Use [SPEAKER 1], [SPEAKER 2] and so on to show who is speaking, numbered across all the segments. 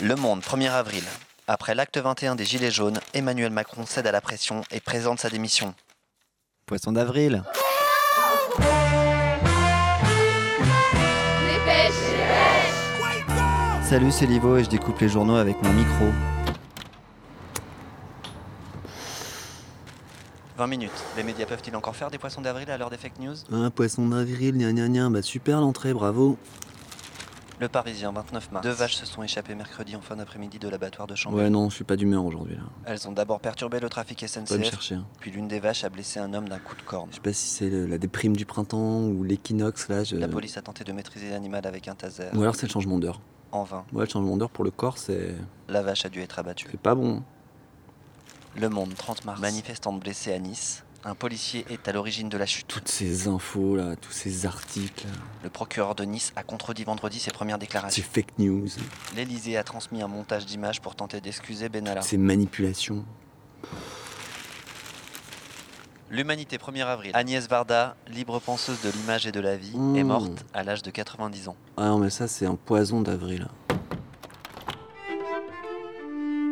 [SPEAKER 1] Le Monde, 1er avril. Après l'acte 21 des Gilets jaunes, Emmanuel Macron cède à la pression et présente sa démission.
[SPEAKER 2] Poisson d'avril. Salut, c'est Livo et je découpe les journaux avec mon micro.
[SPEAKER 1] 20 minutes. Les médias peuvent-ils encore faire des poissons d'avril à l'heure des fake news
[SPEAKER 2] Ah, poisson d'avril, gna gna gna, bah super l'entrée, bravo.
[SPEAKER 1] Le Parisien, 29 mars. Deux vaches se sont échappées mercredi en fin d'après-midi de l'abattoir de Chambéry.
[SPEAKER 2] Ouais, non, je suis pas d'humeur aujourd'hui là.
[SPEAKER 1] Elles ont d'abord perturbé le trafic
[SPEAKER 2] Pas me
[SPEAKER 1] SNCF,
[SPEAKER 2] chercher. hein.
[SPEAKER 1] puis l'une des vaches a blessé un homme d'un coup de corne.
[SPEAKER 2] Je sais pas si c'est le- la déprime du printemps ou l'équinoxe là. je-
[SPEAKER 1] La police a tenté de maîtriser l'animal avec un taser.
[SPEAKER 2] Ou alors c'est le changement d'heure.
[SPEAKER 1] En vain,
[SPEAKER 2] Ouais, le changement d'heure pour le corps, c'est
[SPEAKER 1] la vache a dû être abattue.
[SPEAKER 2] c'est pas bon.
[SPEAKER 1] Le Monde, 30 mars. Manifestante blessée à Nice. Un policier est à l'origine de la chute.
[SPEAKER 2] Toutes ces infos là, tous ces articles,
[SPEAKER 1] Le procureur de Nice a contredit vendredi ses premières
[SPEAKER 2] ces
[SPEAKER 1] déclarations.
[SPEAKER 2] fake news,
[SPEAKER 1] L'Élysée a transmis un montage d'images pour tenter d'excuser Ben Benalla.
[SPEAKER 2] ces manipulations.
[SPEAKER 1] L'Humanité, 1er avril. Agnès Varda, libre penseuse de l'image et de la vie,
[SPEAKER 2] Mmh.
[SPEAKER 1] est morte à l'âge de 90 ans.
[SPEAKER 2] Ah non, mais ça c'est un poison d'avril.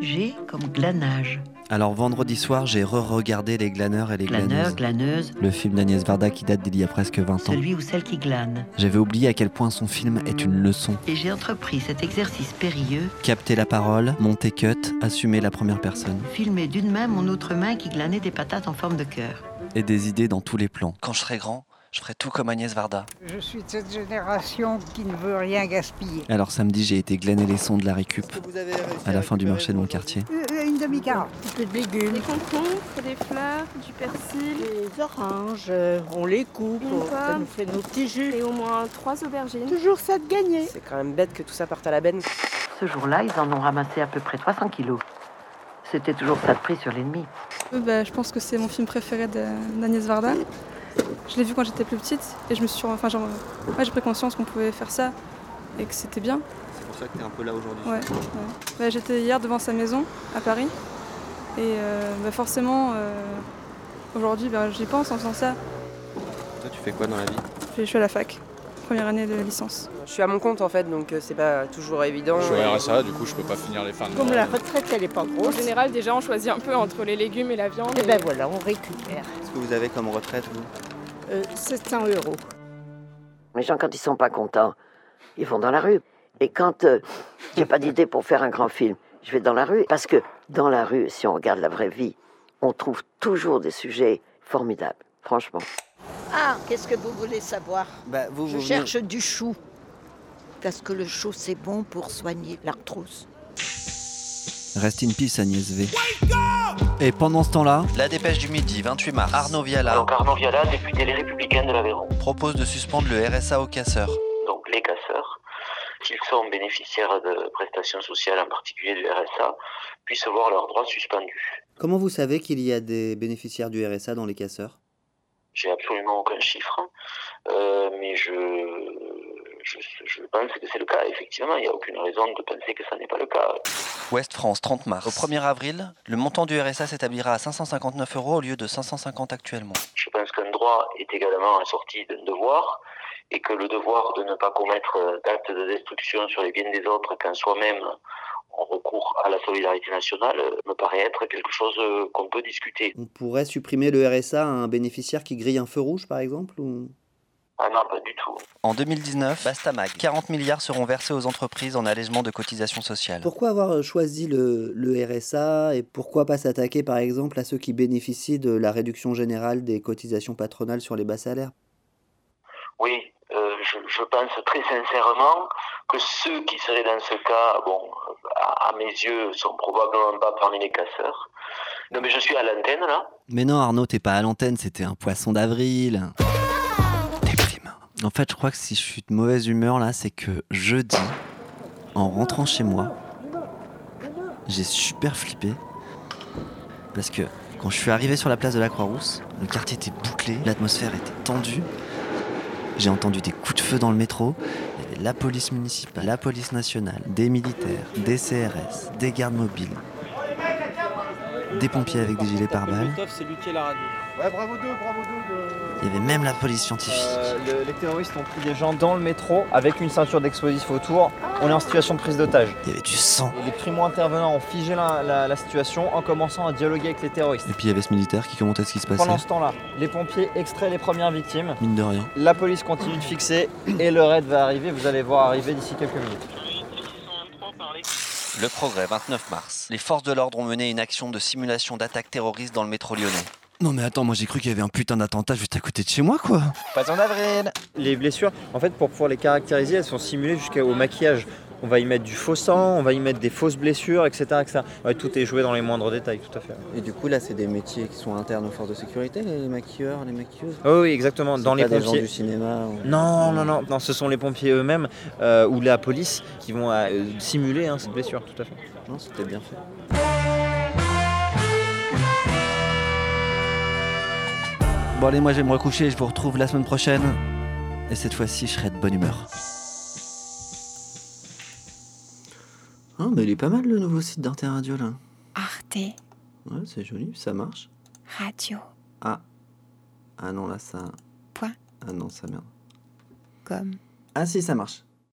[SPEAKER 3] J'ai comme glanage.
[SPEAKER 1] Alors vendredi soir, j'ai re-regardé Les Glaneurs et les
[SPEAKER 3] Glaneur, glaneuse,
[SPEAKER 1] le film d'Agnès Varda qui date d'il y a presque 20
[SPEAKER 3] celui ou celle qui glane.
[SPEAKER 1] J'avais oublié à quel point son film est une leçon.
[SPEAKER 3] Et j'ai entrepris cet exercice périlleux,
[SPEAKER 1] Capter la parole, monter cut, assumer la première personne.
[SPEAKER 3] filmer d'une main mon autre main qui glanait des patates en forme de cœur.
[SPEAKER 1] Et des idées dans tous les plans. Quand je serai grand, je ferai tout comme Agnès Varda.
[SPEAKER 4] Je suis de cette génération qui ne veut rien gaspiller.
[SPEAKER 1] Alors samedi, j'ai été glaner les sons de la récup à la fin du marché de mon quartier.
[SPEAKER 4] Euh, Une demi-carte.
[SPEAKER 5] Des concombres, des fleurs, du persil
[SPEAKER 6] Les oranges, euh, on les coupe,
[SPEAKER 5] Une
[SPEAKER 6] on- ça
[SPEAKER 5] pomme.
[SPEAKER 6] nous fait nos petits jus.
[SPEAKER 5] et au moins trois aubergines.
[SPEAKER 6] Toujours ça de gagner. C'est quand même bête que tout ça parte à la benne.
[SPEAKER 3] Ce jour-là, ils en ont ramassé à peu près 300 kilos. C'était toujours ça de prix sur l'ennemi.
[SPEAKER 5] Euh, bah, je pense que c'est mon film préféré de- d'Agnès Varda. Je l'ai vu quand j'étais plus petite et je me suis, enfin, genre, euh, ouais, j'ai pris conscience qu'on pouvait faire ça et que c'était bien.
[SPEAKER 2] C'est pour ça que t'es un peu là aujourd'hui.
[SPEAKER 5] Ouais, ouais. Bah, j'étais hier devant sa maison à Paris et euh, bah, forcément euh, aujourd'hui, bah, j'y pense en faisant ça.
[SPEAKER 2] Toi, tu fais quoi dans la vie
[SPEAKER 5] Je suis à la fac, première année de licence.
[SPEAKER 6] Je suis à mon compte en fait, donc euh, c'est pas toujours évident.
[SPEAKER 7] Je suis au RSA, du coup, je peux pas finir les fins de
[SPEAKER 4] Comme
[SPEAKER 7] mois.
[SPEAKER 4] la retraite, elle n'est pas
[SPEAKER 8] En
[SPEAKER 4] grosse.
[SPEAKER 8] général, déjà, on choisit un peu entre les légumes et la viande.
[SPEAKER 3] Eh
[SPEAKER 4] Et ben voilà, on récupère.
[SPEAKER 2] Qu'est-ce que vous avez comme retraite vous
[SPEAKER 4] Euh, 700 euros.
[SPEAKER 9] Les gens, quand ils sont pas contents, ils vont dans la rue. Et quand euh, j'ai pas d'idée pour faire un grand film, je vais dans la rue. Parce que dans la rue, si on regarde la vraie vie, on trouve toujours des sujets formidables, franchement.
[SPEAKER 10] Ah, qu'est-ce que vous voulez savoir
[SPEAKER 2] Bah vous,
[SPEAKER 10] Je cherche du chou. Parce que le chou, c'est bon pour soigner l'arthrose.
[SPEAKER 2] Reste in peace Agnès V. Et pendant ce temps-là,
[SPEAKER 1] La dépêche du midi, 28 mars. Arnaud Viala. Donc Arnaud Viala, député Les Républicains de l'Aveyron. Propose de suspendre le RSA aux casseurs.
[SPEAKER 9] Donc les casseurs, s'ils sont bénéficiaires de prestations sociales, en particulier du RSA, puissent voir leurs droits suspendus.
[SPEAKER 2] comment vous savez qu'il y a des bénéficiaires du RSA dans les casseurs
[SPEAKER 9] J'ai absolument aucun chiffre, hein. euh, mais je, je, je pense que c'est le cas. Effectivement, il n'y a aucune raison de penser que ça n'est pas le cas.
[SPEAKER 1] Ouest France, 30 mars. Au 1er avril, le montant du RSA s'établira à 559 euros au lieu de 550 actuellement.
[SPEAKER 9] Je pense qu'un droit est également assorti d'un devoir et que le devoir de ne pas commettre euh, d'actes de destruction sur les biens des autres quand soi-même on recourt à la solidarité nationale euh, me paraît être quelque chose euh, qu'on peut discuter.
[SPEAKER 2] On pourrait supprimer le RSA à un bénéficiaire qui grille un feu rouge par exemple ou...
[SPEAKER 9] Ah non, pas du tout.
[SPEAKER 1] En 2019, Bastamag, 40 milliards seront versés aux entreprises en allègement de cotisations sociales.
[SPEAKER 2] Pourquoi avoir euh, choisi le, le RSA et pourquoi pas s'attaquer par exemple à ceux qui bénéficient de la réduction générale des cotisations patronales sur les bas salaires
[SPEAKER 9] Oui, euh, je, je pense très sincèrement que ceux qui seraient dans ce cas, bon, à, à mes yeux, sont probablement pas parmi les casseurs. Non mais je suis à l'antenne là.
[SPEAKER 2] Mais non Arnaud, t'es pas à l'antenne, c'était un poisson d'avril. Déprime. En fait, je crois que si je suis de mauvaise humeur là, c'est que jeudi, en rentrant chez moi, j'ai super flippé parce que quand je suis arrivé sur la place de la Croix-Rousse, le quartier était bouclé, l'atmosphère était tendue. J'ai entendu des coups de feu dans le métro. Il y avait la police municipale, la police nationale, des militaires, des CRS, des gardes mobiles.
[SPEAKER 1] des pompiers avec des gilets pare-balles.
[SPEAKER 6] c'est lui qui est la radio. Ouais, bravo deux, bravo deux.
[SPEAKER 1] Il y avait même la police scientifique.
[SPEAKER 6] Euh, les terroristes ont pris des gens dans le métro avec une ceinture d'explosifs autour. On est en situation de prise d'otage.
[SPEAKER 1] Il y avait du sang.
[SPEAKER 6] Et les primo-intervenants ont figé la, la- la situation en commençant à dialoguer avec les terroristes.
[SPEAKER 1] Et puis il y avait ce militaire qui commentait ce qui se passait.
[SPEAKER 6] Pendant ce temps-là, les pompiers extraient les premières victimes.
[SPEAKER 1] Mine de rien.
[SPEAKER 6] La police continue de fixer et le raid va arriver. Vous allez voir arriver d'ici quelques minutes.
[SPEAKER 11] Le progrès, 29 mars. Les forces de l'ordre ont mené une action de simulation d'attaque terroriste dans le métro lyonnais.
[SPEAKER 1] Non mais attends, moi j'ai cru qu'il y avait un putain d'attentat juste à côté de chez moi quoi.
[SPEAKER 6] Pas en avril Les blessures, en fait, pour pouvoir les caractériser, elles sont simulées jusqu'au maquillage. On va y mettre du faux sang, on va y mettre des fausses blessures, etc. etc. Ouais, tout est joué dans les moindres détails, tout à fait.
[SPEAKER 2] Et du coup, là, c'est des métiers qui sont internes aux forces de sécurité, les maquilleurs, les maquilleuses
[SPEAKER 6] Ah oui, exactement,
[SPEAKER 2] C'est
[SPEAKER 6] dans les
[SPEAKER 2] pas des gens
[SPEAKER 6] pompiers.
[SPEAKER 2] du cinéma ou-
[SPEAKER 6] Non, non, non, non, ce sont les pompiers eux-mêmes euh, ou la police qui vont euh, simuler hein, cette blessure, tout à fait.
[SPEAKER 2] Non, c'était bien fait.
[SPEAKER 1] Bon allez, moi je vais me recoucher, je vous retrouve la semaine prochaine. Et cette fois-ci, je serai de bonne humeur. Ah mais il est pas mal le nouveau site d'Arte Radio là.
[SPEAKER 5] Arte
[SPEAKER 1] Ouais, c'est joli, ça marche.
[SPEAKER 5] Radio.
[SPEAKER 1] Ah. Ah non, là ça.
[SPEAKER 5] Point.
[SPEAKER 1] Ah non, ça merde.
[SPEAKER 5] Comme.
[SPEAKER 1] Ah si, ça marche.